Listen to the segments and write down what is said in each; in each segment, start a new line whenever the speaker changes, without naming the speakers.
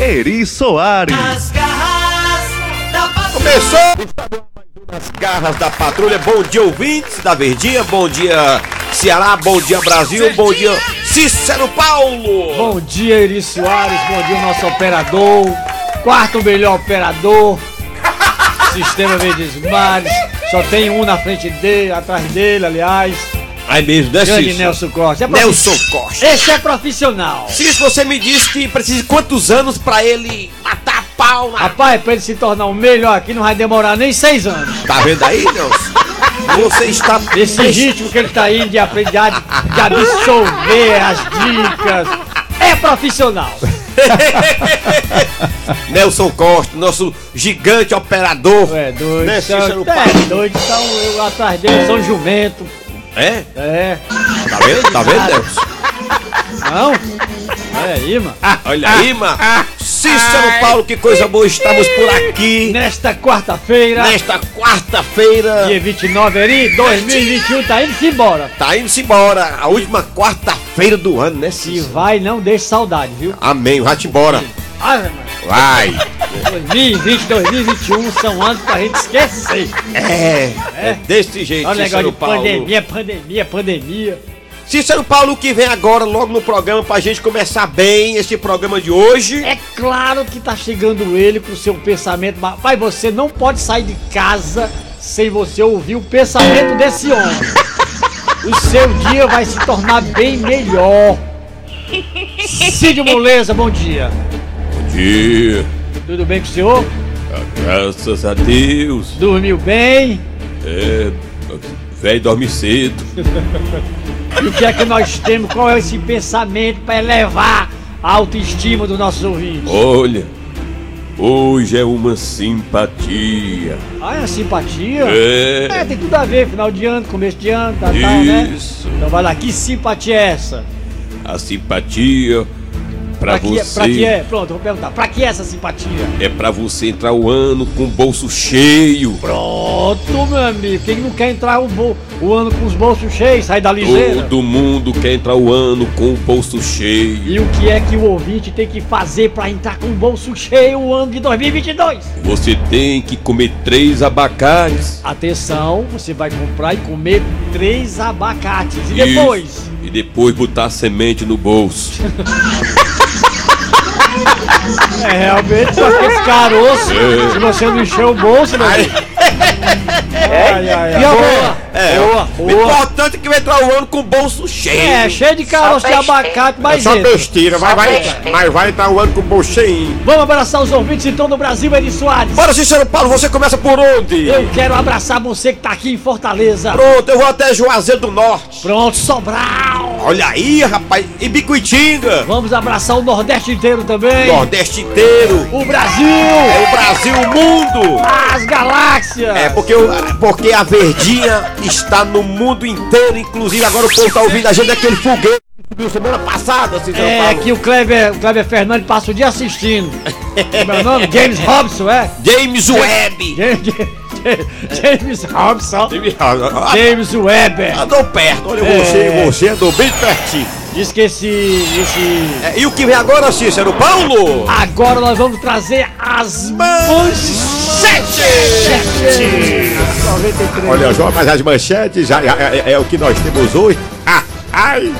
Eri Soares.
As garras da patrulha.
Começou as garras da patrulha. Bom dia, ouvintes da Verdinha. Bom dia, Ceará. Bom dia, Brasil. Bom dia, Cícero Paulo.
Bom dia, Eri Soares. Bom dia, nosso operador. Quarto melhor operador. Sistema Verdes Mares. Só tem um na frente dele, atrás dele, aliás.
Aí mesmo, né,
Grande
Cícero?
Nelson Costa. É profi-
Nelson Costa.
Esse é profissional.
Cícero, você me disse que precisa de quantos anos pra ele matar a pau na...
Rapaz, pra ele se tornar o melhor aqui não vai demorar nem seis anos.
Tá vendo aí, Nelson? Você está...
Esse ritmo que ele tá indo de aprender, de absorver as dicas. É profissional.
Nelson Costa, nosso gigante operador.
É doido.
Né,
são,
Cícero
é doido, são eu atrás dele, são jumento.
É?
É.
Tá vendo? Tá vendo, Nelson?
Não? Olha aí, mano.
Olha aí, mano. Cícero Paulo, que coisa boa. Estamos por aqui
Nesta quarta-feira,
nesta quarta-feira.
dia 29 ali, 2021, tá indo-se embora.
Tá indo-se embora. A última quarta-feira do ano, né,
E
Cícero?
vai, não deixe saudade, viu?
Amém. Vai-te embora.
Ave, mano.
Vai.
2020, 2021 são anos pra gente esquecer.
É. É desse jeito,
Olha o negócio
Cícero
de
Paulo.
pandemia, pandemia, pandemia.
Cícero Paulo que vem agora logo no programa pra gente começar bem esse programa de hoje.
É claro que tá chegando ele com o seu pensamento, ma- mas você não pode sair de casa sem você ouvir o pensamento desse homem. O seu dia vai se tornar bem melhor. Cid Moleza, bom dia.
Bom dia.
Tudo bem com o senhor?
Graças a Deus.
Dormiu bem?
É. Velho dorme cedo.
E o que é que nós temos? Qual é esse pensamento para elevar a autoestima dos nossos ouvintes?
Olha. Hoje é uma simpatia.
Ah, é simpatia? É,
É.
tem tudo a ver, final de ano, começo de ano, tá, tal, né?
Isso.
Então vai lá, que simpatia é essa?
A simpatia pra,
que, é-
você
pra que é? Pronto, eu vou perguntar. Pra que é essa simpatia?
é pra você entrar o ano com o bolso cheio.
Pronto, meu amigo. Quem não quer entrar o, bol- o ano com os bolsos cheios, sai da ligeira.
Todo mundo quer entrar o ano com o bolso cheio.
E o que é que o ouvinte tem que fazer pra entrar com o bolso cheio o ano de 2022?
Você tem que comer três abacates.
Atenção, você vai comprar e comer três abacates. E
Isso.
depois?
E depois botar semente no bolso.
É, realmente, só que esse caroço,
É.
se você não encher o bolso, meu amigo. Ai, ai, ai. Boa,
É,
boa,
o
boa.
importante é que vai entrar o ano com o bolso cheio. É
É, cheio de caroço de abacate, mas
Só
entra.
besteira, vai, vai, mas vai estar o ano com o bolsinho.
Vamos abraçar os ouvintes então do Brasil, Eri Soares.
Bora, Cícero Paulo, você começa por onde?
Eu quero abraçar você que tá aqui em Fortaleza.
Pronto, eu vou até Juazeiro do Norte.
Pronto, Sobral.
Olha aí, rapaz, e Bicuitinga.
Vamos abraçar o Nordeste inteiro também.
Nordeste inteiro.
O Brasil,
É o Brasil, o mundo!
as galáxias.
É porque, o- porque a verdinha está no mundo inteiro, inclusive agora o povo tá ouvindo a gente daquele foguete que subiu semana passada, assim, São
É
Paulo.
que o Kleber, o Kleber Fernandes passa o dia assistindo. Como é o nome? James Robson, é?
James Webb!
James, James Robson.
Ah,
James Weber.
ah, Andou perto, olha
É.
você, você andou bem pertinho.
Diz que esse, esse...
É, e o que vem agora, Cícero Paulo?
Agora nós vamos trazer as manchetes. 93.
Olha só, mas as manchetes já- já- é, é o que nós temos hoje. Ah, ai,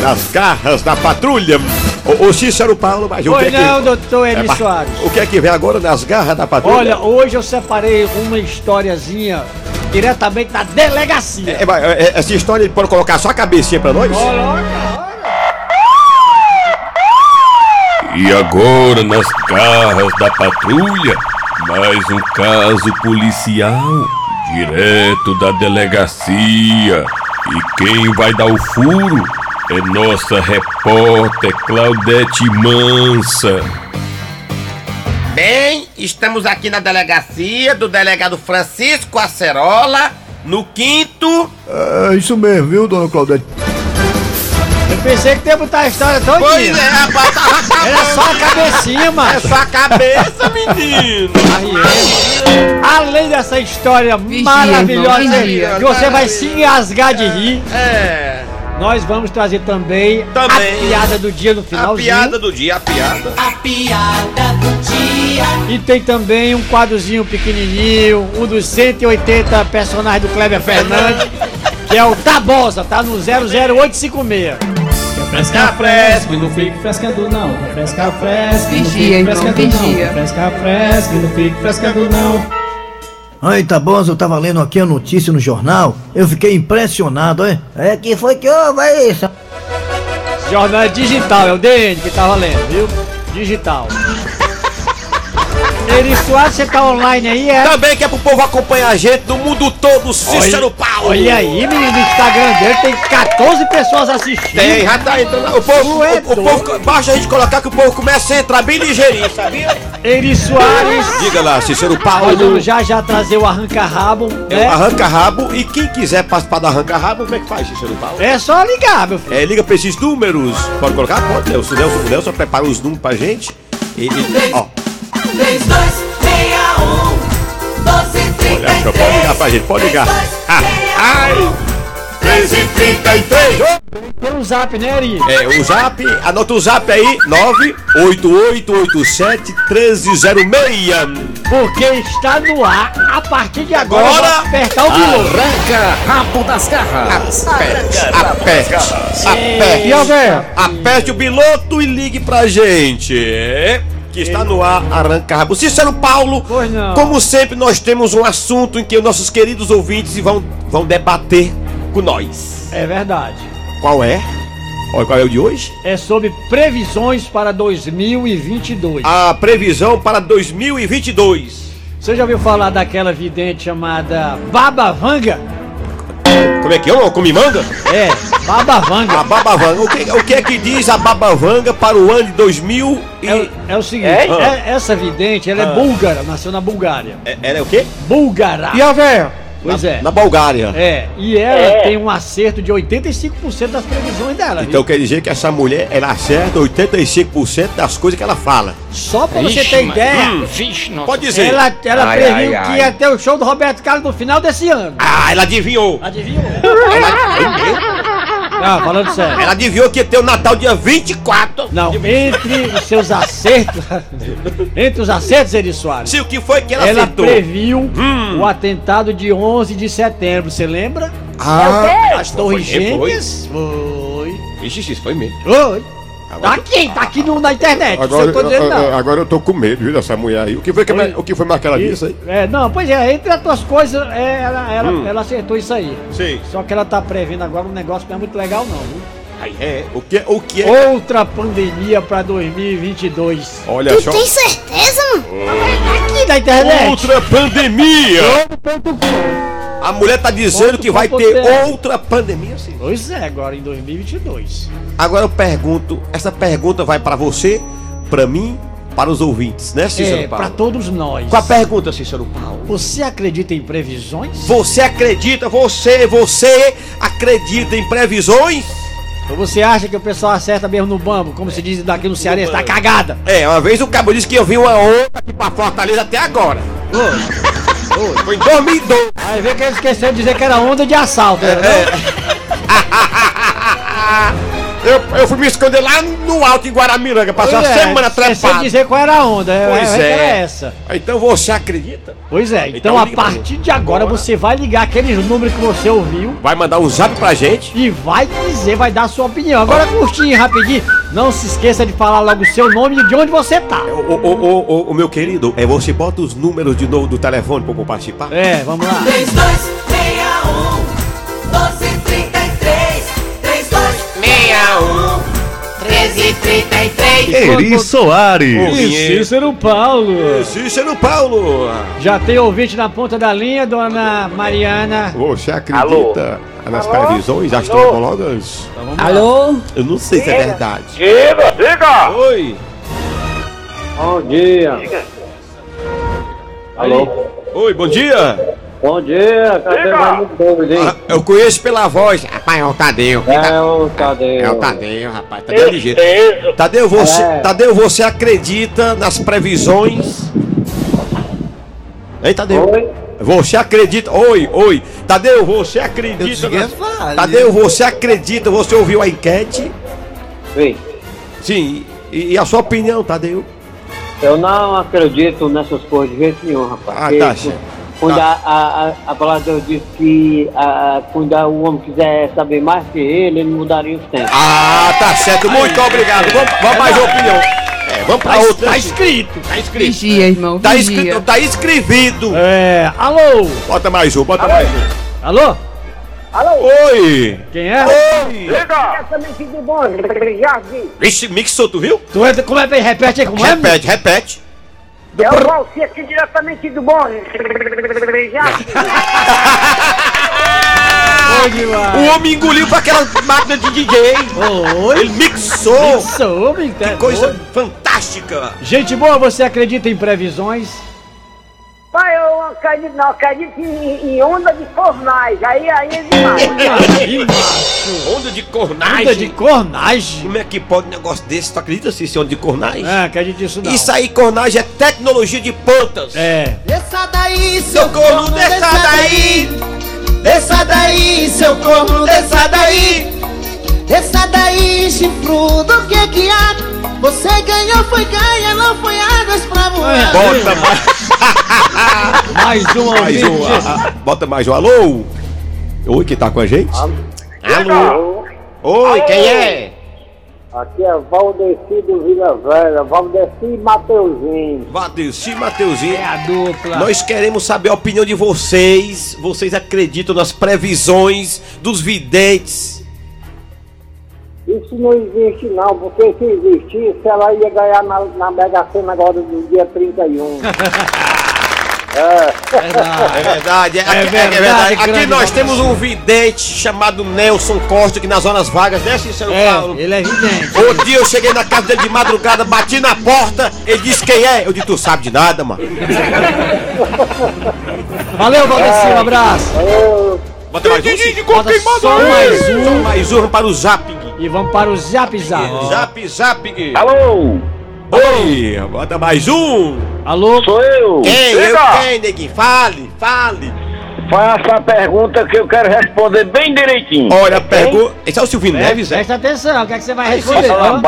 nas garras da patrulha. Ô, ô, Cícero Paulo, mas o que
Oi,
é que...
não, doutor
é,
Eri
mas
Soares.
O que é que vem agora nas garras da patrulha?
Olha, hoje eu separei uma historiazinha diretamente da delegacia.
É, mas, é, é, essa história de pode colocar só a cabecinha pra nós?
E agora nas garras da patrulha, mais um caso policial direto da delegacia. E quem vai dar o furo é nossa repórter Claudete Mansa.
Bem, estamos aqui na delegacia do delegado Francisco Acerola, no quinto.
É isso mesmo, viu, dona Claudete?
Eu pensei que ia botar a história toda.
é.
é, rapaz,
Era só a cabecinha, mano.
sua cabeça, menino!
Aí é. Além dessa história maravilhosa
irmão, vigia.
que você vai se engasgar de rir,
É,
nós vamos trazer também,
Também.
a piada do dia no
A
finalzinho.
piada do dia, a piada.
A piada
E tem também um quadrozinho pequenininho, um dos 180 personagens do Kleber Fernandes, que é o Tabosa, tá no 00856.
Fresca fresca, não fique frescando não. Fresca fresca, não
Vigia,
fique
então,
frescando
vigia.
não. Fresca fresca, não fique frescando não.
Ai, tá bom, eu tava lendo aqui a notícia no jornal, eu fiquei impressionado, é? É que foi que houve aí, sa-
Jornal é digital, é o DN que tá valendo, viu? Digital. Eri Soares, você tá online aí, é?
Também que é pro povo acompanhar a gente do mundo todo, Cícero Paulo.
Olha aí, menino, o Instagram dele tem 14 pessoas assistindo.
Tem, já tá entrando. O povo,
Tu é
o, o povo, basta a gente colocar que o povo começa a entrar bem ligeirinho, sabia?
Eri Soares,
Diga lá, Cícero
nós
Paulo.
vamos já já trazer o arranca-rabo,
É,
né?
Arranca rabo e quem quiser participar da arranca rabo, como é que faz, Cícero Paulo?
É só ligar, meu filho.
É, liga pra esses números. Pode colocar? Pode, né? Nelson. Nelson, Nelson prepara os números pra gente. E, e, ó,
3, 2, 61, 12, 33.
olha, só, pode ligar pra gente, pode ligar. Ah, ai, 13h33. ô!
Tem um zap, né, Eri?
É, o zap, anota o zap aí, 98887-1306.
Porque está no ar, a partir de agora,
Agora,
eu vou apertar o piloto.
Rabo das garras.
Aperte, aperte, aperte.
E Alberto?
Aperte o piloto e ligue pra gente. Que está no ar, arranca rabo. Cícero Paulo,
Pois não.
como sempre, nós temos um assunto em que os nossos queridos ouvintes vão, vão debater com nós.
É verdade.
Qual é? Olha, qual é o de hoje?
É sobre previsões para 2022.
A previsão para 2022.
Você já ouviu falar daquela vidente chamada Baba Vanga?
Como é que é? Uma comimanga?
É, Baba
A
Vanga.
Babavanga. O que, o que é que diz a Babavanga para o ano de 2000 e...
É, o- é o seguinte,
Ei?
é- essa vidente, ela é búlgara, nasceu na Bulgária.
É- Ela é o quê?
Búlgara. E a velha? Pois
na,
é.
Na Bulgária.
É, e ela tem um acerto de 85% das previsões dela. viu?
Então quer dizer que essa mulher, ela acerta 85% das coisas que ela fala.
Só pra você ter ideia,
Pode dizer.
ela, ela
Ai,
previu
ai,
que
ai.
ia ter o show do Roberto Carlos no final desse ano.
Ah, ela adivinhou.
Adivinhou? Não, falando sério.
Ela adivinhou que ia ter o Natal dia 24.
Não, entre os seus acertos, entre os acertos, Eri Soares,
Se o que foi que ela,
ela
acertou?
previu
Hum.
o atentado de 11 de setembro, você lembra? É
Ah,
As Torres
foi, foi.
Gêmeas? Foi.
Ixi, isso foi mesmo.
Oi. Tá aqui, tá aqui no- na internet, não sei o que eu é, tô dizendo não.
agora eu tô com medo, viu, dessa mulher aí. O que foi que,
ela-
o que foi mais que ela disse aí?
É, não, pois é, entre as tuas coisas, é, ela, ela, ela acertou isso aí.
Hum. Sim.
Só que ela tá prevendo agora um negócio que não é muito legal não, viu?
Aí é, o que, o que é?
Outra pandemia pra 2022.
Olha só.
certeza, mano?
Aqui na internet.
Outra pandemia! A mulher tá dizendo que vai ter outra pandemia, sim.
Pois é, agora em 2022.
Agora eu pergunto, essa pergunta vai pra você, pra mim, para os ouvintes, né, Cícero
É, pra
Paulo?
todos nós.
Qual a pergunta, Cícero Paulo?
Você acredita em previsões?
Você acredita, você, você acredita em previsões?
Ou Então, você acha que o pessoal acerta mesmo no bambo, como se diz daqui no Ceará, está cagada?
É, uma vez o cabo disse que eu vi uma onda aqui pra Fortaleza até agora. Foi em 2012.
Aí vê que ele esqueceu de dizer que era onda de assalto,
É,
né?
Eu, eu fui me esconder lá no alto em Guaramiranga, passou uma semana
é, Esqueceu de
trampado.
dizer qual era a onda, é,
Pois
é, era
é.
essa.
Então você acredita?
Pois é, então,
Então
a
liga pra
partir
gente.
de agora
Bora.
você vai ligar aqueles números que você ouviu
Vai mandar um zap pra gente?
e vai dizer, vai dar a sua opinião. Agora curtinho, rapidinho, não se esqueça de falar logo o seu nome e de onde você tá.
Ô, ô, ô, ô, ô, ô, meu querido, é você bota os números de novo do telefone pra eu participar?
É, vamos lá.
3, 2, 61, 12, 33. 3, 2, 61, 13, 33.
Eri
Ô,
E Cícero Paulo.
Cícero Paulo!
Já tem ouvinte na ponta da linha, dona Mariana.
Você acredita nas previsões astrológicas?
Alô?
Eu não sei se é verdade.
Diga, diga!
Oi!
Bom dia! Alô?
Oi, bom dia!
Bom dia, cadê
Diga.
o muito doido, hein?
Ah, eu conheço pela voz. Rapaz, é o Tadeu.
É o Tadeu.
É o Tadeu, rapaz. Tadeu ligeiro.
Tadeu.
Tadeu, você,
É.
Tadeu, você acredita nas previsões? Ei, Tadeu.
Oi?
Você acredita? Oi, oi. Tadeu, você acredita? nas- Tadeu, você acredita? Você ouviu a enquete?
Vem.
Sim. E, e a sua opinião, Tadeu?
Eu não acredito nessas coisas de jeito nenhum, rapaz.
Ah,
Porque
tá, chefe.
Quando A, a, a, a palavra de Deus diz que a, a- quando a- o homem quiser saber mais que ele, ele mudaria os tempos.
Ah, tá certo. Muito obrigado. Vamos, vamos mais uma opinião. É, vamos pra outra.
Tá escrito, tá escrito.
Vigia, irmão.
Tá
vigia.
escrito, tá escrevido.
É, alô?
Bota mais um, bota mais um.
Alô?
Alô?
Oi!
Quem é?
Liga! Também que de bom, Jardim.
Vixe, mixou, tu viu?
Tu entra, como é bem? Repete aí, como é?
Repete, repete.
É o Valci aqui diretamente do bom, Jardim.
O homem engoliu pra aquela máquina de DJ.
Oi?
Ele mixou.
Mixou, me
Que coisa fantástica.
Gente boa, você acredita em previsões?
Pai, eu acredito, não, acredito em, em onda de fornais. Aí, aí é demais.
Ih,
Onda Um de cornagem.
Onda de cornagem.
Como é que pode um negócio desse? Tu acredita se isso é onda de cornagem?
Ah, acredita isso não.
Isso aí, cornagem, é tecnologia de plantas.
É.
Desça daí,
Seu corno, desça daí.
Desça daí, seu corno, desça daí. Desça daí, chifrudo, o que que há? Você ganhou, foi ganha, não foi águas pra voar.
Bota mais,
Mais um
mais um. ah, ah, Bota mais um. Alô? Oi, quem tá com a gente?
Alô?
Oi, quem
é?
Aqui é Valdeci do Vila Velha, Valdeci e Mateuzinho.
Vadeci e Mateuzinho.
É a dupla.
Nós queremos saber a opinião de vocês. Vocês acreditam nas previsões dos videntes?
Isso não existe não, porque se existisse, ela ia ganhar na, na Mega Sena agora do dia 31.
É verdade, é, aqui, é
verdade,
verdade. Aqui
grande
nós
Valdeci.
temos um vidente chamado Nelson Costa, que nas horas vagas, né, Cícero Paulo?
É, ele é vidente.
Um dia eu cheguei na casa dele de madrugada, bati na porta, ele disse quem é. Eu disse, tu sabe de nada, mano.
Valeu, Valdeci, um abraço.
Bota mais um. Cícero?
Bota só mais
Só
um.
mais um para o Zap.
E vamos para o Zap Zap.
Zap, Zap.
Alô,
Oi, bota mais um.
Alô?
sou eu.
Quem? Eu
Diga.
quem, neguinho? Fale, fale.
Faça a pergunta que eu quero responder bem direitinho. Né?
Olha, a pergunta. Esse é o Silvio Neves, é?
Presta atenção, o que é que você vai responder?
Fala
ó?
A voz do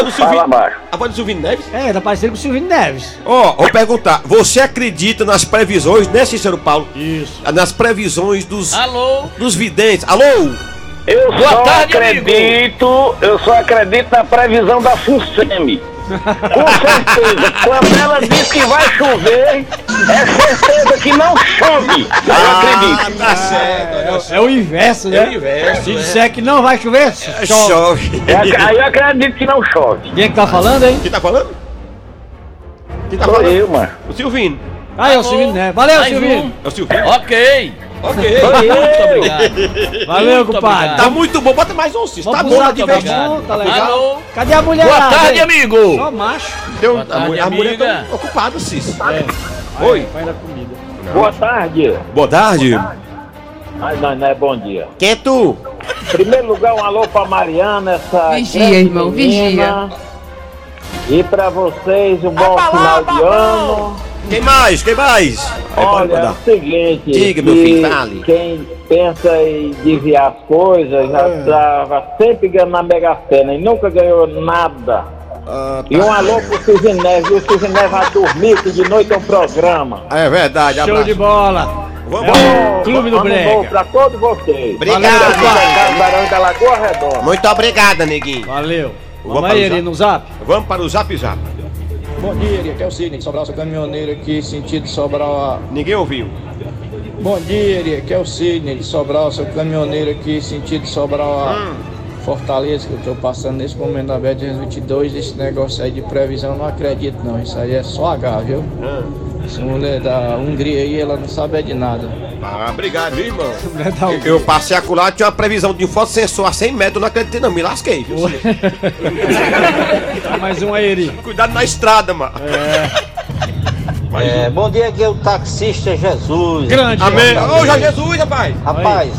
baixo,
Silvio.
fala baixo.
A voz do Silvio Neves?
É, tá parecendo com o Silvio Neves.
Ó, vou perguntar. Você acredita nas previsões, né, Cícero Paulo?
Isso.
Nas previsões dos,
Alô?
dos videntes. Alô?
Eu só
tarde,
acredito, eu só acredito na previsão da FUNSEMI. Com certeza, quando ela diz que vai chover, é certeza que não chove. Eu acredito.
tá certo.
É o inverso, né?
É o inverso,
Se
é.
disser que não vai
É,
chover, chove.
Chove.
É, Eu ac- Aí eu acredito que não chove.
Quem é que tá falando, hein?
Quem tá falando? Quem tá
Sou
falando?
eu, mano.
O Silvino.
Ah, é o Silvino Neves. Valeu,
Mais um?
Silvino.
É o Silvino.
Ok.
Ok.
Sou eu.
Valeu,
Muito
compadre.
obrigado.
Tá muito bom. Bota mais um, Cícero. Tá
Vamos
bom, tá
pro Zap,
divertido.
tá bom, tá legal.
Alô?
Cadê a mulher
Boa tarde, amigo.
Só macho.
Deu,
Boa
a,
tarde,
mulher- a mulher tá
amiga. É.
ocupada, Cícero.
Oi. Vai dar comida.
Boa tarde.
Boa tarde.
Mas não, não é bom dia.
Quem é tu?
Em primeiro lugar, um alô pra Mariana, essa.
Vigia,
grande
irmão,
menina. E pra vocês, um bom final de ano.
Quem mais? Quem mais? Aí pode
Olha, é o
mandar.
seguinte.
Diga, meu
que
filho, fale.
Quem pensa em desviar as coisas já
É.
estava sempre ganhando na Mega Sena e nunca ganhou nada.
Ah, tá.
E um alô pro Cisneves, o Cisneves vai dormir, que de noite é um programa.
É verdade,
Show de bola.
Vamos.
É o Clube do
Ano novo
Brega.
pra todos vocês.
Obrigado.
Obrigado, Barão tá da Lagoa Redonda.
Muito obrigado, neguinho.
Valeu.
Vou
Vamos
para o
aí, Eri,
zap.
no zap.
Vamos para o Zap Zap.
Bom dia, Eri, aqui é o Sidney, Sobral, sou caminhoneiro aqui, sentido Sobral. a-
Ninguém ouviu.
Bom dia, Eri, aqui é o Sidney, Sobral, sou caminhoneiro aqui, sentido Sobral. a Fortaleza, que eu tô passando nesse momento da BR-22, esse negócio aí de previsão, eu não acredito não, isso aí é só H, viu? Essa mulher da Hungria aí, ela não sabe é de nada.
Ah, obrigado, viu, irmão.
Mulher da Hungria.
Eu passei a colar, tinha uma previsão de um fotossensor a 100 metros, eu não acreditei não, me lasquei, viu? senhor?
Mais um aí, Eri.
Cuidado na estrada, mano.
É, bom dia, aqui é o taxista Jesus.
Grande.
Amém. Ô, Jorge Jesus, rapaz.
Rapaz,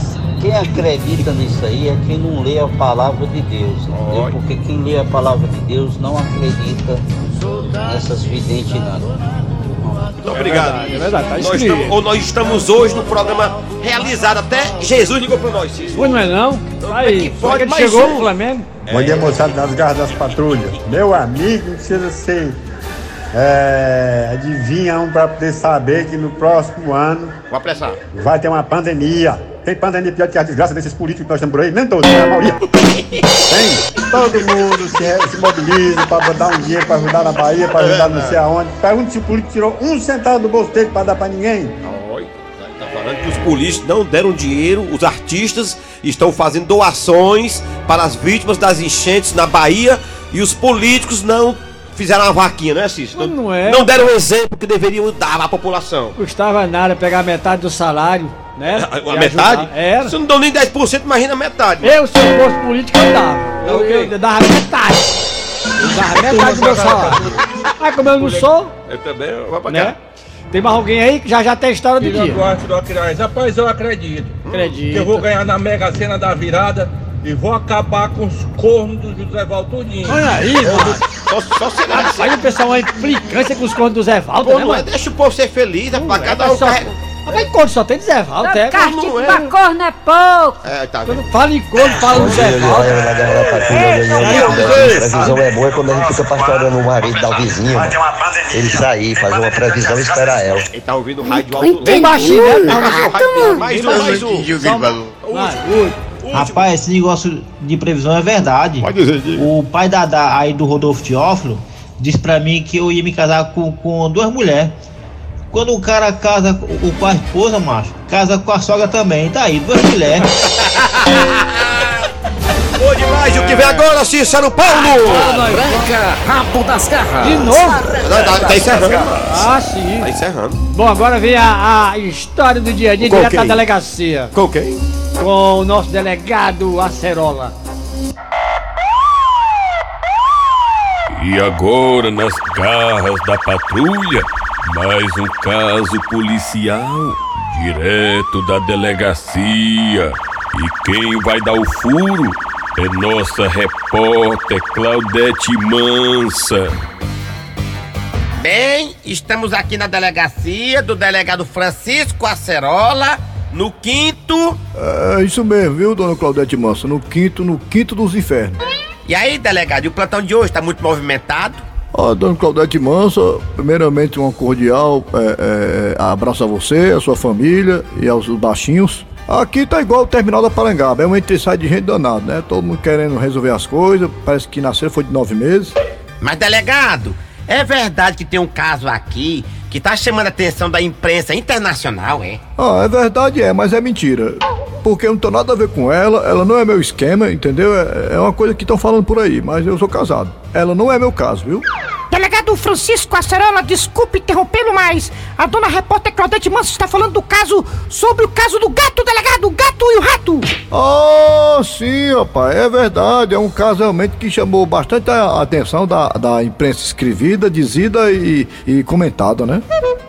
quem acredita nisso aí é quem não lê a palavra de Deus. entendeu?
Olha.
Porque quem lê a palavra de Deus não acredita nessas videntes nada.
Muito obrigado.
É verdade, tá
Nós
escrito.
estamos, ou nós estamos hoje no programa realizado até Jesus ligou pra nós, Cícero.
Ui, não é não? Tá Aí,
que
só
pode
que ele
mais
chegou
um?
o Flamengo.
Bom dia, moçada das garras das patrulhas. Meu amigo, não precisa ser
é, adivinham para poder saber que no próximo ano
Vou apressar.
vai ter uma pandemia. Tem pandemia pior que a desgraça desses políticos que nós estamos por aí? Nem todos, né? a maioria. Tem. Todo mundo se, re- se mobiliza para botar um dinheiro para ajudar na Bahia, para ajudar não sei aonde. Pergunta se o político tirou um centavo do bolso dele para dar para ninguém.
Oi, tá falando que os políticos não deram dinheiro, os artistas estão fazendo doações para as vítimas das enchentes na Bahia e os políticos não fizeram uma vaquinha, não é, Cícero? Não,
é.
Não deram o exemplo que deveriam dar à população.
Custava nada pegar metade do salário, né?
A,
E
a metade?
ajudar. Era.
Se não dão nem 10%, imagina a metade.
Eu, se eu fosse político, eu dava. Eu, eu, dava metade. Eu dava metade do meu salário. Mas como eu não sou,
Eu também, vai pra
né? Tem mais alguém aí que já já tem a história do
Filho
dia.
do Arthur Aquiraz. Rapaz, eu acredito.
Acredito.
Que eu vou ganhar na Mega Sena da virada e vou acabar com os cornos do José Valtudinho.
Olha aí, mano.
Só, só será
Aí o pessoal é implicância com os cornos do Zé Valdo,
Pô,
né,
não é,
mano?
deixa o povo ser feliz, é pra cada
mas
um.
só-
carre-
Mas tem corno, só tem de Zé Valdo,
Todo
é?
castigo
Não é.
pra corno é pouco.
É, tá
Quando fala em corno, fala do Zé Valdo.
Previsão é boa quando a gente fica pastorando o marido da vizinha. Ele sair, fazer uma previsão e esperar ela.
Ele tá ouvindo o rádio
alto.
Bem baixinho, né? Não,
Ah,
não, não.
Mais
Bem
um, mais um.
Rapaz, esse negócio de previsão é verdade. O pai da, da- aí do Rodolfo Teófilo disse pra mim que eu ia me casar com, com duas mulheres. Quando o cara casa com com a esposa, macho, casa com a sogra também. Tá aí, duas mulheres.
Bom demais, e o que vem agora, Cícero Paulo?
Ah,
Arranca rabo das garras.
De novo?
Não, tá, tá encerrando.
Ah, sim.
Tá encerrando.
Bom, agora vem a, a história do dia a dia
Com
direto
quem?
da delegacia.
Com quem?
Com o nosso delegado Acerola.
E agora nas garras da patrulha, mais um caso policial direto da delegacia. E quem vai dar o furo é nossa repórter Claudete Mansa.
Bem, estamos aqui na delegacia do delegado Francisco Acerola, no quinto.
É isso mesmo, viu, dona Claudete Manso? No quinto, no quinto dos infernos.
E aí, delegado, e o plantão de hoje tá muito movimentado?
Ó, dona Claudete Manso, primeiramente uma cordial é, é, abraço a você, a sua família e aos baixinhos. Aqui tá igual o terminal da Parangaba, é um sai de gente danado, né? Todo mundo querendo resolver as coisas, parece que nasceu foi de nove meses.
Mas, delegado, é verdade que tem um caso aqui que tá chamando a atenção da imprensa internacional, é?
Ah, é verdade, é, mas é mentira. Porque eu não tenho nada a ver com ela, ela não é meu esquema, entendeu? É, é uma coisa que estão falando por aí, mas eu sou casado. Ela não é meu caso, viu?
Delegado Francisco Acerola, desculpe interrompê-lo, mas a dona repórter Claudete Manso está falando do caso, sobre o caso do gato, delegado, o gato e o rato.
Ah, sim, rapaz, é verdade. É um caso realmente que chamou bastante a atenção da, da imprensa escrevida, dizida e, e comentada, né?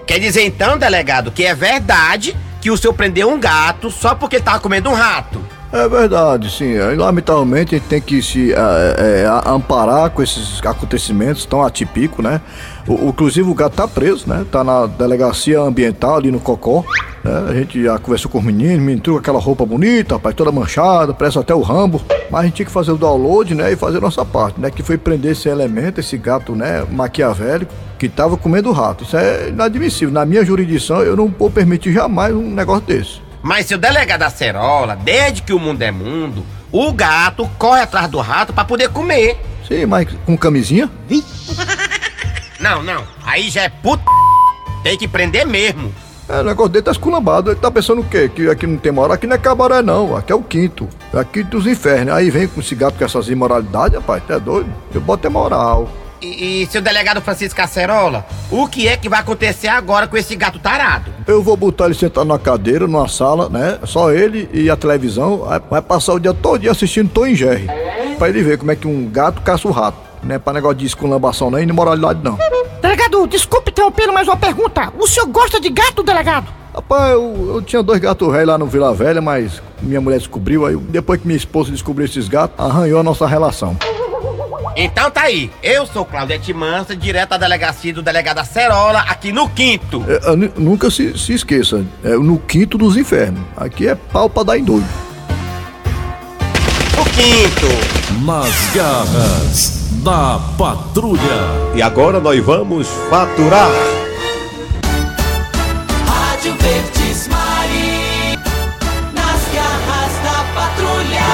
Quer dizer então, delegado, que é verdade que o senhor prendeu um gato só porque ele tava comendo um rato.
É verdade, sim. É, e, Lamentavelmente a gente tem que se é, é, a- amparar com esses acontecimentos tão atípicos, né? O, inclusive o gato tá preso, né? Tá na delegacia ambiental ali no Cocó. Né? A gente já conversou com os meninos, me entrou com aquela roupa bonita, rapaz, toda manchada, parece até o Rambo. Mas a gente tinha que fazer o download, né? E fazer a nossa parte, né? Que foi prender esse elemento, esse gato, né? Maquiavélico, que tava comendo rato. Isso é inadmissível. Na minha jurisdição, eu não vou permitir jamais um negócio desse.
Mas seu delegado Acerola, desde que o mundo é mundo, o gato corre atrás do rato pra poder comer.
Sim, mas com camisinha?
Não, não, aí já é puta. Tem que prender mesmo.
É, o negócio dele tá esculambado. Ele tá pensando o quê? Que aqui não tem moral, aqui não é cabaré, não. Aqui é o quinto. É aqui dos infernos. Aí vem com esse gato com essas imoralidades, rapaz. Tu é doido? Eu boto é moral.
E, e seu delegado Francisco Acerola, o que é que vai acontecer agora com esse gato tarado?
Eu vou botar ele sentado numa cadeira, numa sala, né? Só ele e a televisão. Vai- Vai passar o dia todo dia assistindo Tom e Jerry. Pra ele ver como é que um gato caça o rato. Não é pra negócio de esculambação nem de moralidade, não.
Delegado, desculpe interrompê-lo, mais uma pergunta. O senhor gosta de gato, delegado?
Rapaz, eu, eu tinha dois gatos velhos lá no Vila Velha, mas minha mulher descobriu. Aí, depois que minha esposa descobriu esses gatos, arranhou a nossa relação.
Então tá aí, eu sou Claudete Mansa, direto da delegacia do delegado Acerola, aqui no quinto.
É, é, nu- nunca se, se esqueça, é no quinto dos infernos. Aqui é pau pra dar em doido.
O quinto.
Nas garras
da Patrulha.
E agora nós vamos faturar.
Rádio Verdes Mari, nas garras da patrulha.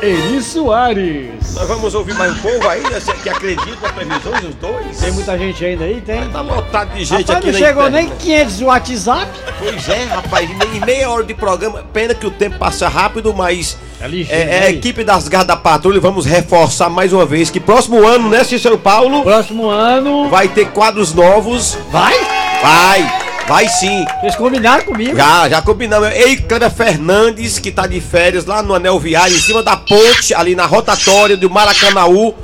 Eri Soares.
Nós vamos ouvir mais um povo aí, né, que acredita nas previsões dos dois?
Tem muita gente ainda aí, tem?
Tá lotado de gente
Rapaz,
aqui
não
na
chegou
internet.
nem 500 no WhatsApp.
Pois é, rapaz, em meia hora de programa, pena que o tempo passa rápido, mas é, é a
né?
equipe das Garras da Patrulha, vamos reforçar mais uma vez que próximo ano, né, Cícero Paulo?
Próximo ano...
Vai ter quadros novos.
Vai?
Vai, vai sim.
Vocês combinaram comigo?
Já, já combinamos. Ei, Clara Fernandes, que tá de férias lá no Anel Viário, em cima da ponte, ali na rotatória do Maracanaú,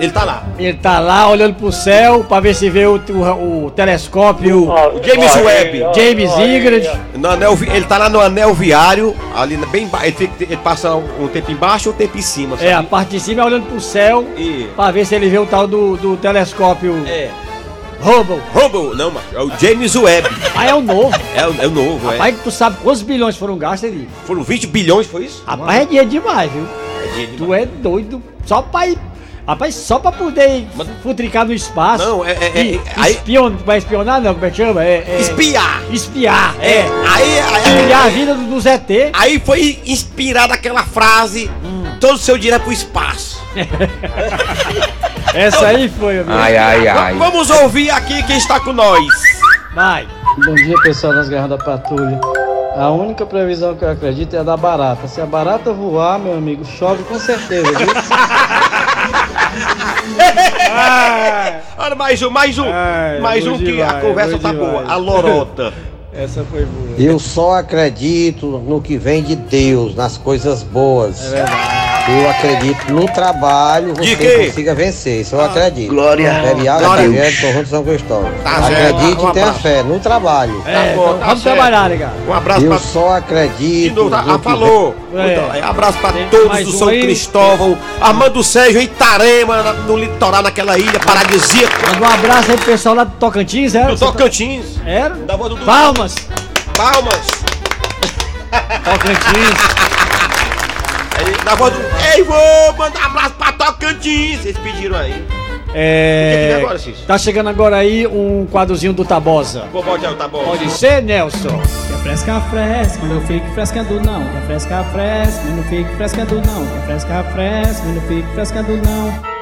ele tá lá.
Ele tá lá olhando pro céu pra ver se vê o, o- o telescópio.
O James Webb.
James Ingrid.
No anel vi- ele tá lá no anel viário, ali na- bem embaixo. Ele, fica- ele passa um tempo embaixo e um tempo em cima.
É, a parte de cima é olhando pro céu pra ver se ele vê o tal do, do telescópio.
É.
Hubble.
Hubble, não, macho. É o James Webb.
Ah, é o novo.
É, o- é o novo,
Rapaz, tu sabe quantos bilhões foram gastos ali?
é. Foram 20 bilhões, foi isso?
Rapaz, é dinheiro demais, viu?
É dinheiro
Tu é doido. Só pra ir. Rapaz, só pra poder futricar no espaço.
Não, é- é-
E
é- aí-
espion- Vai espionar, não, como é que chama? É, é-
Espiar.
Espiar, é.
Aí, aí,
Espiar a vida do, do ZT.
Aí foi inspirada aquela frase: todo o seu dinheiro é pro espaço.
Essa aí foi, amigo.
Ai, ai, ai. Vamos ouvir aqui quem está com nós.
Vai.
Bom dia, pessoal das Garras da Patrulha. A única previsão que eu acredito é a da barata. Se a barata voar, meu amigo, chove com certeza, viu?
Olha, mais um, mais um. mais
bom
um que
demais,
a conversa
bom
tá
demais.
boa. A lorota. Essa foi boa.
Eu só acredito no que vem de Deus, nas coisas boas.
É
Eu acredito no trabalho,
De
você
quê?
consiga vencer. Isso eu
Ah,
acredito. É
glória
Feriado,
a Deus.
Feriado, Conjunto São Cristóvão.
Tá certo.
Acredite
Um
e tenha
abraço.
fé no trabalho.
É, bom, então tá vamos certo. trabalhar, legal. Um abraço
Eu
pra-
só acredito.
Não, tá-
no
ah,
que
falou.
vem-
Então, é, abraço pra todos
mais
do
um
São
aí.
Cristóvão. Armando Sérgio em Itarema, na- no litoral, naquela ilha paradisíaca.
Manda um abraço aí pro pessoal lá do Tocantins, era?
Do Tocantins.
Era?
Da voz do-
Palmas.
Palmas.
Tocantins.
Aí, na voz do. Ei, vou mandar abraço pra Tocantins. Vocês pediram aí. O que que
É.
vem agora, Cícero?
Tá chegando agora aí um quadrozinho do Tabosa.
Vou botar, tá bom.
Pode ser, Nelson.
Refresca, é fresca, não fique frescando não. Refresca, fresca, não fique frescando não. Refresca, fresca, não fique frescando não.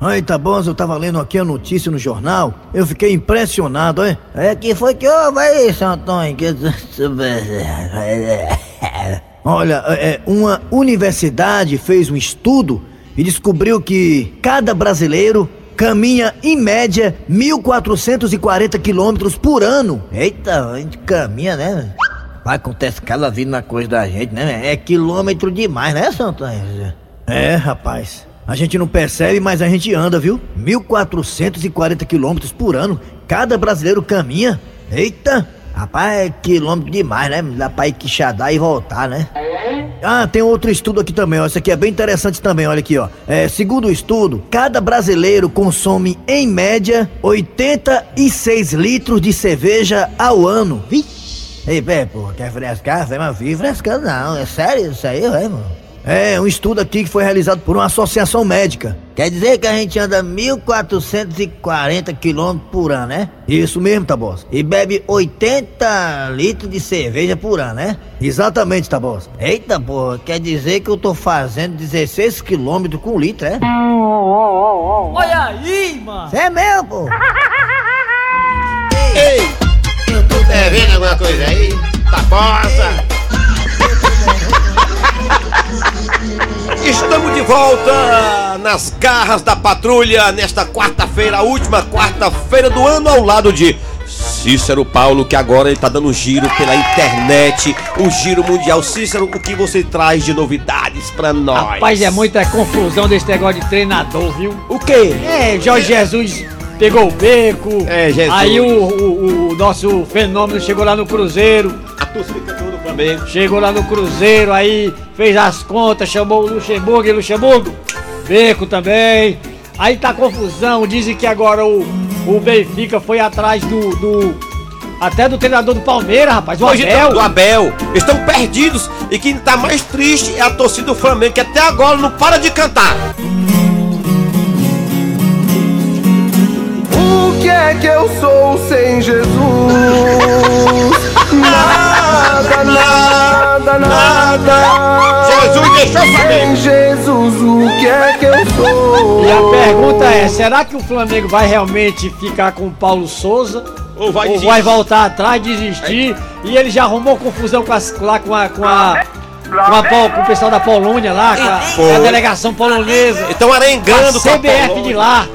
Ai, tá bom, eu tava lendo aqui a notícia no jornal, eu fiquei impressionado, hein? É que foi que houve aí, seu Antônio? Que... Olha, é, é, uma universidade fez um estudo e descobriu que cada brasileiro caminha, em média, 1.440 quilômetros por ano. Eita, a gente caminha, né? Vai acontece cada vida na coisa da gente, né? É quilômetro demais, né, seu Antônio? É, rapaz. A gente não percebe, mas a gente anda, viu? 1.440 quilômetros por ano. Cada brasileiro caminha. Eita! Rapaz, é quilômetro demais, né? Dá pra ir quixadar e voltar, né? Ah, tem outro estudo aqui também, ó. Isso aqui é bem interessante também, olha aqui, ó. É, segundo o estudo, cada brasileiro consome, em média, 86 litros de cerveja ao ano. Vixe! Ei, pé, pô, quer frescar? Vem, mas vive frescando não. É sério isso aí, é, mano? É, um estudo aqui que foi realizado por uma associação médica. Quer dizer que a gente anda 1.440 quilômetros por ano, né? Isso mesmo, Tabosa. E bebe 80 litros de cerveja por ano, né? Exatamente, Tabosa. Eita, porra, quer dizer que eu tô fazendo 16 quilômetros com litro, é?
Olha aí, mano.
Cê é meu, pô.
Ei, eu tô devendo alguma coisa aí? Tá Tabosa. Estamos de volta nas garras da patrulha nesta quarta-feira, a última quarta-feira do ano, ao lado de Cícero Paulo, que agora ele tá dando um giro pela internet, o giro mundial. Cícero, o que você traz de novidades pra nós?
Rapaz, é muita confusão desse negócio de treinador, viu?
O quê?
É, Jorge Jesus pegou o beco. É,
Jesus.
Aí o, o- o nosso fenômeno chegou lá no Cruzeiro.
A torcida do Flamengo.
Chegou lá no Cruzeiro, aí fez as contas, chamou o Luxemburgo e Luxemburgo. Beco também. Aí tá confusão, dizem que agora o, o Benfica foi atrás do, do, Até do treinador do Palmeiras, rapaz. O
Hoje
Abel.
tá- do Abel. Eles estão perdidos e quem tá mais triste é a torcida do Flamengo, que até agora não para de cantar.
O que é que eu sou sem Jesus? Nada, nada, nada.
Jesus deixou
Sem Jesus, o que é que eu sou?
E a pergunta é, será que o Flamengo vai realmente ficar com o Paulo Souza?
Ou
vai desistir?
voltar atrás, desistir? E ele já arrumou confusão com, as, lá com a... Com a com, a Pol- com o pessoal da Polônia lá, com a, com a delegação polonesa.
Estão Então, arengando com
com
a
a CBF
Polônia.
de lá.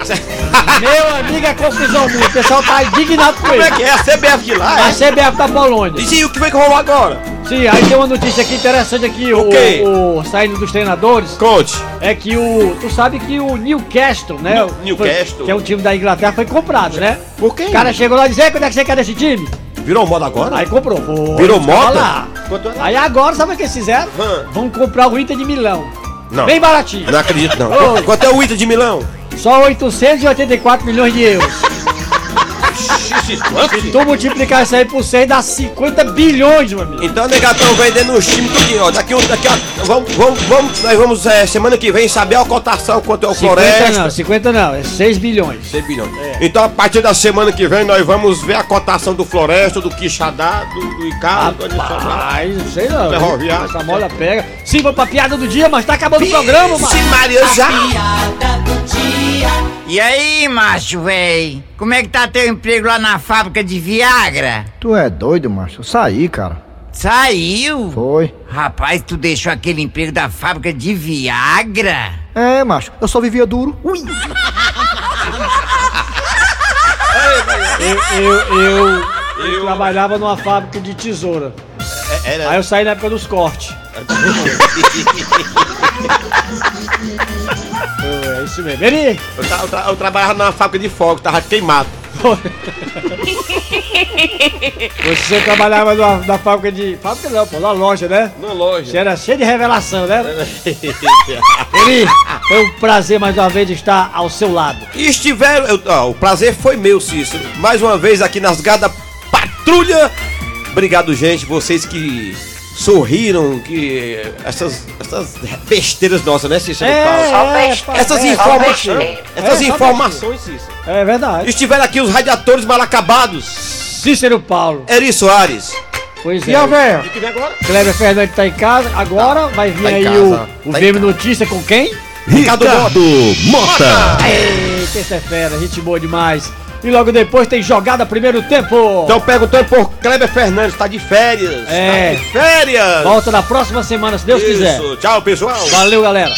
Meu amigo, é confusão muito. O pessoal tá indignado com
Como
ele.
é que é? A CBF de lá,
A
é?
CBF da Polônia.
Diz aí, o que vai que rolar agora?
Sim, aí tem uma notícia aqui interessante aqui. O,
quê?
o, saindo dos treinadores.
Conte.
É que o... Tu sabe que o Newcastle, né?
New-
foi-
Newcastle.
que é um time da Inglaterra, foi comprado, né?
Por quê?
O cara chegou lá e disse, "Ei, quando é que você quer desse time?
Virou moda agora?
Aí comprou. Pô,
Virou
fica
moda? é
lá. Aí agora, sabe o que eles fizeram? Vão comprar o Inter de Milão.
Não.
Bem baratinho.
Não acredito, não.
Ô.
Quanto é o Inter de Milão?
Só 884 milhões de euros. Se tu multiplicar isso aí por 100, dá 50 bilhões, meu amigo.
Então, negatão, vendendo os times tudinho, ó. Daqui, um- daqui, ó. Vamos, vamos, vamos, nós vamos, é, semana que vem, saber a cotação quanto é o
50
Floresta.
não, 50 não, é 6 bilhões.
100 bilhões.
É.
Então, a partir da semana que vem, nós vamos ver a cotação do Floresta, do Quixadá, do, do Ricardo, do
Rapaz, não sei não.
Ferroviário.
Essa mola pega. Sim, vou pra piada do dia, mas tá acabando o programa, mano. Tá
Maria, já.
Piada do dia. E aí, macho, véi? Como é que tá teu emprego lá na fábrica de Viagra?
Tu é doido, macho? Eu saí, cara.
Saiu?
Foi.
Rapaz, tu deixou aquele emprego da fábrica de Viagra?
É, macho, eu só vivia duro. Ui!
Eu, eu, eu, eu trabalhava numa fábrica de tesoura. Aí eu saí na época dos cortes. É isso mesmo. Ele...
Eu, tra- eu tra- eu trabalhava na fábrica de fogo, tava queimado.
Você trabalhava numa, na fábrica de. Fábrica não, pô, na loja, né?
Na loja.
Você era cheio de revelação, né? Ele, foi um prazer mais uma vez estar ao seu lado.
E Estiveram. eu- ó, o prazer foi meu, Cícero. Mais uma vez aqui nas Gada Patrulha. Obrigado, gente. Vocês que sorriram, que. eh, Essas, essas besteiras nossas, né, Cícero?
É,
Paulo?
é, Só
essas
besteira. Só
informações.
besteira.
Essas
É, só
informações, Cícero.
É verdade.
Estiveram aqui os radiadores mal acabados. Cícero
Paulo.
Eri Soares.
Pois
E
é.
a véia?
E que vem agora? Kleber Fernandes tá em casa. Agora vai vir
Tá em
aí
casa,
o,
tá
o VM Notícia com quem?
Ricardo Ricardo Mota. Mota.
Eita, essa é fera, gente boa demais. E logo depois tem jogada primeiro tempo.
Então perguntando por Kleber Fernandes, tá de férias.
É.
Tá de férias.
Volta na próxima semana, se Deus quiser.
Tchau, pessoal.
Valeu, galera.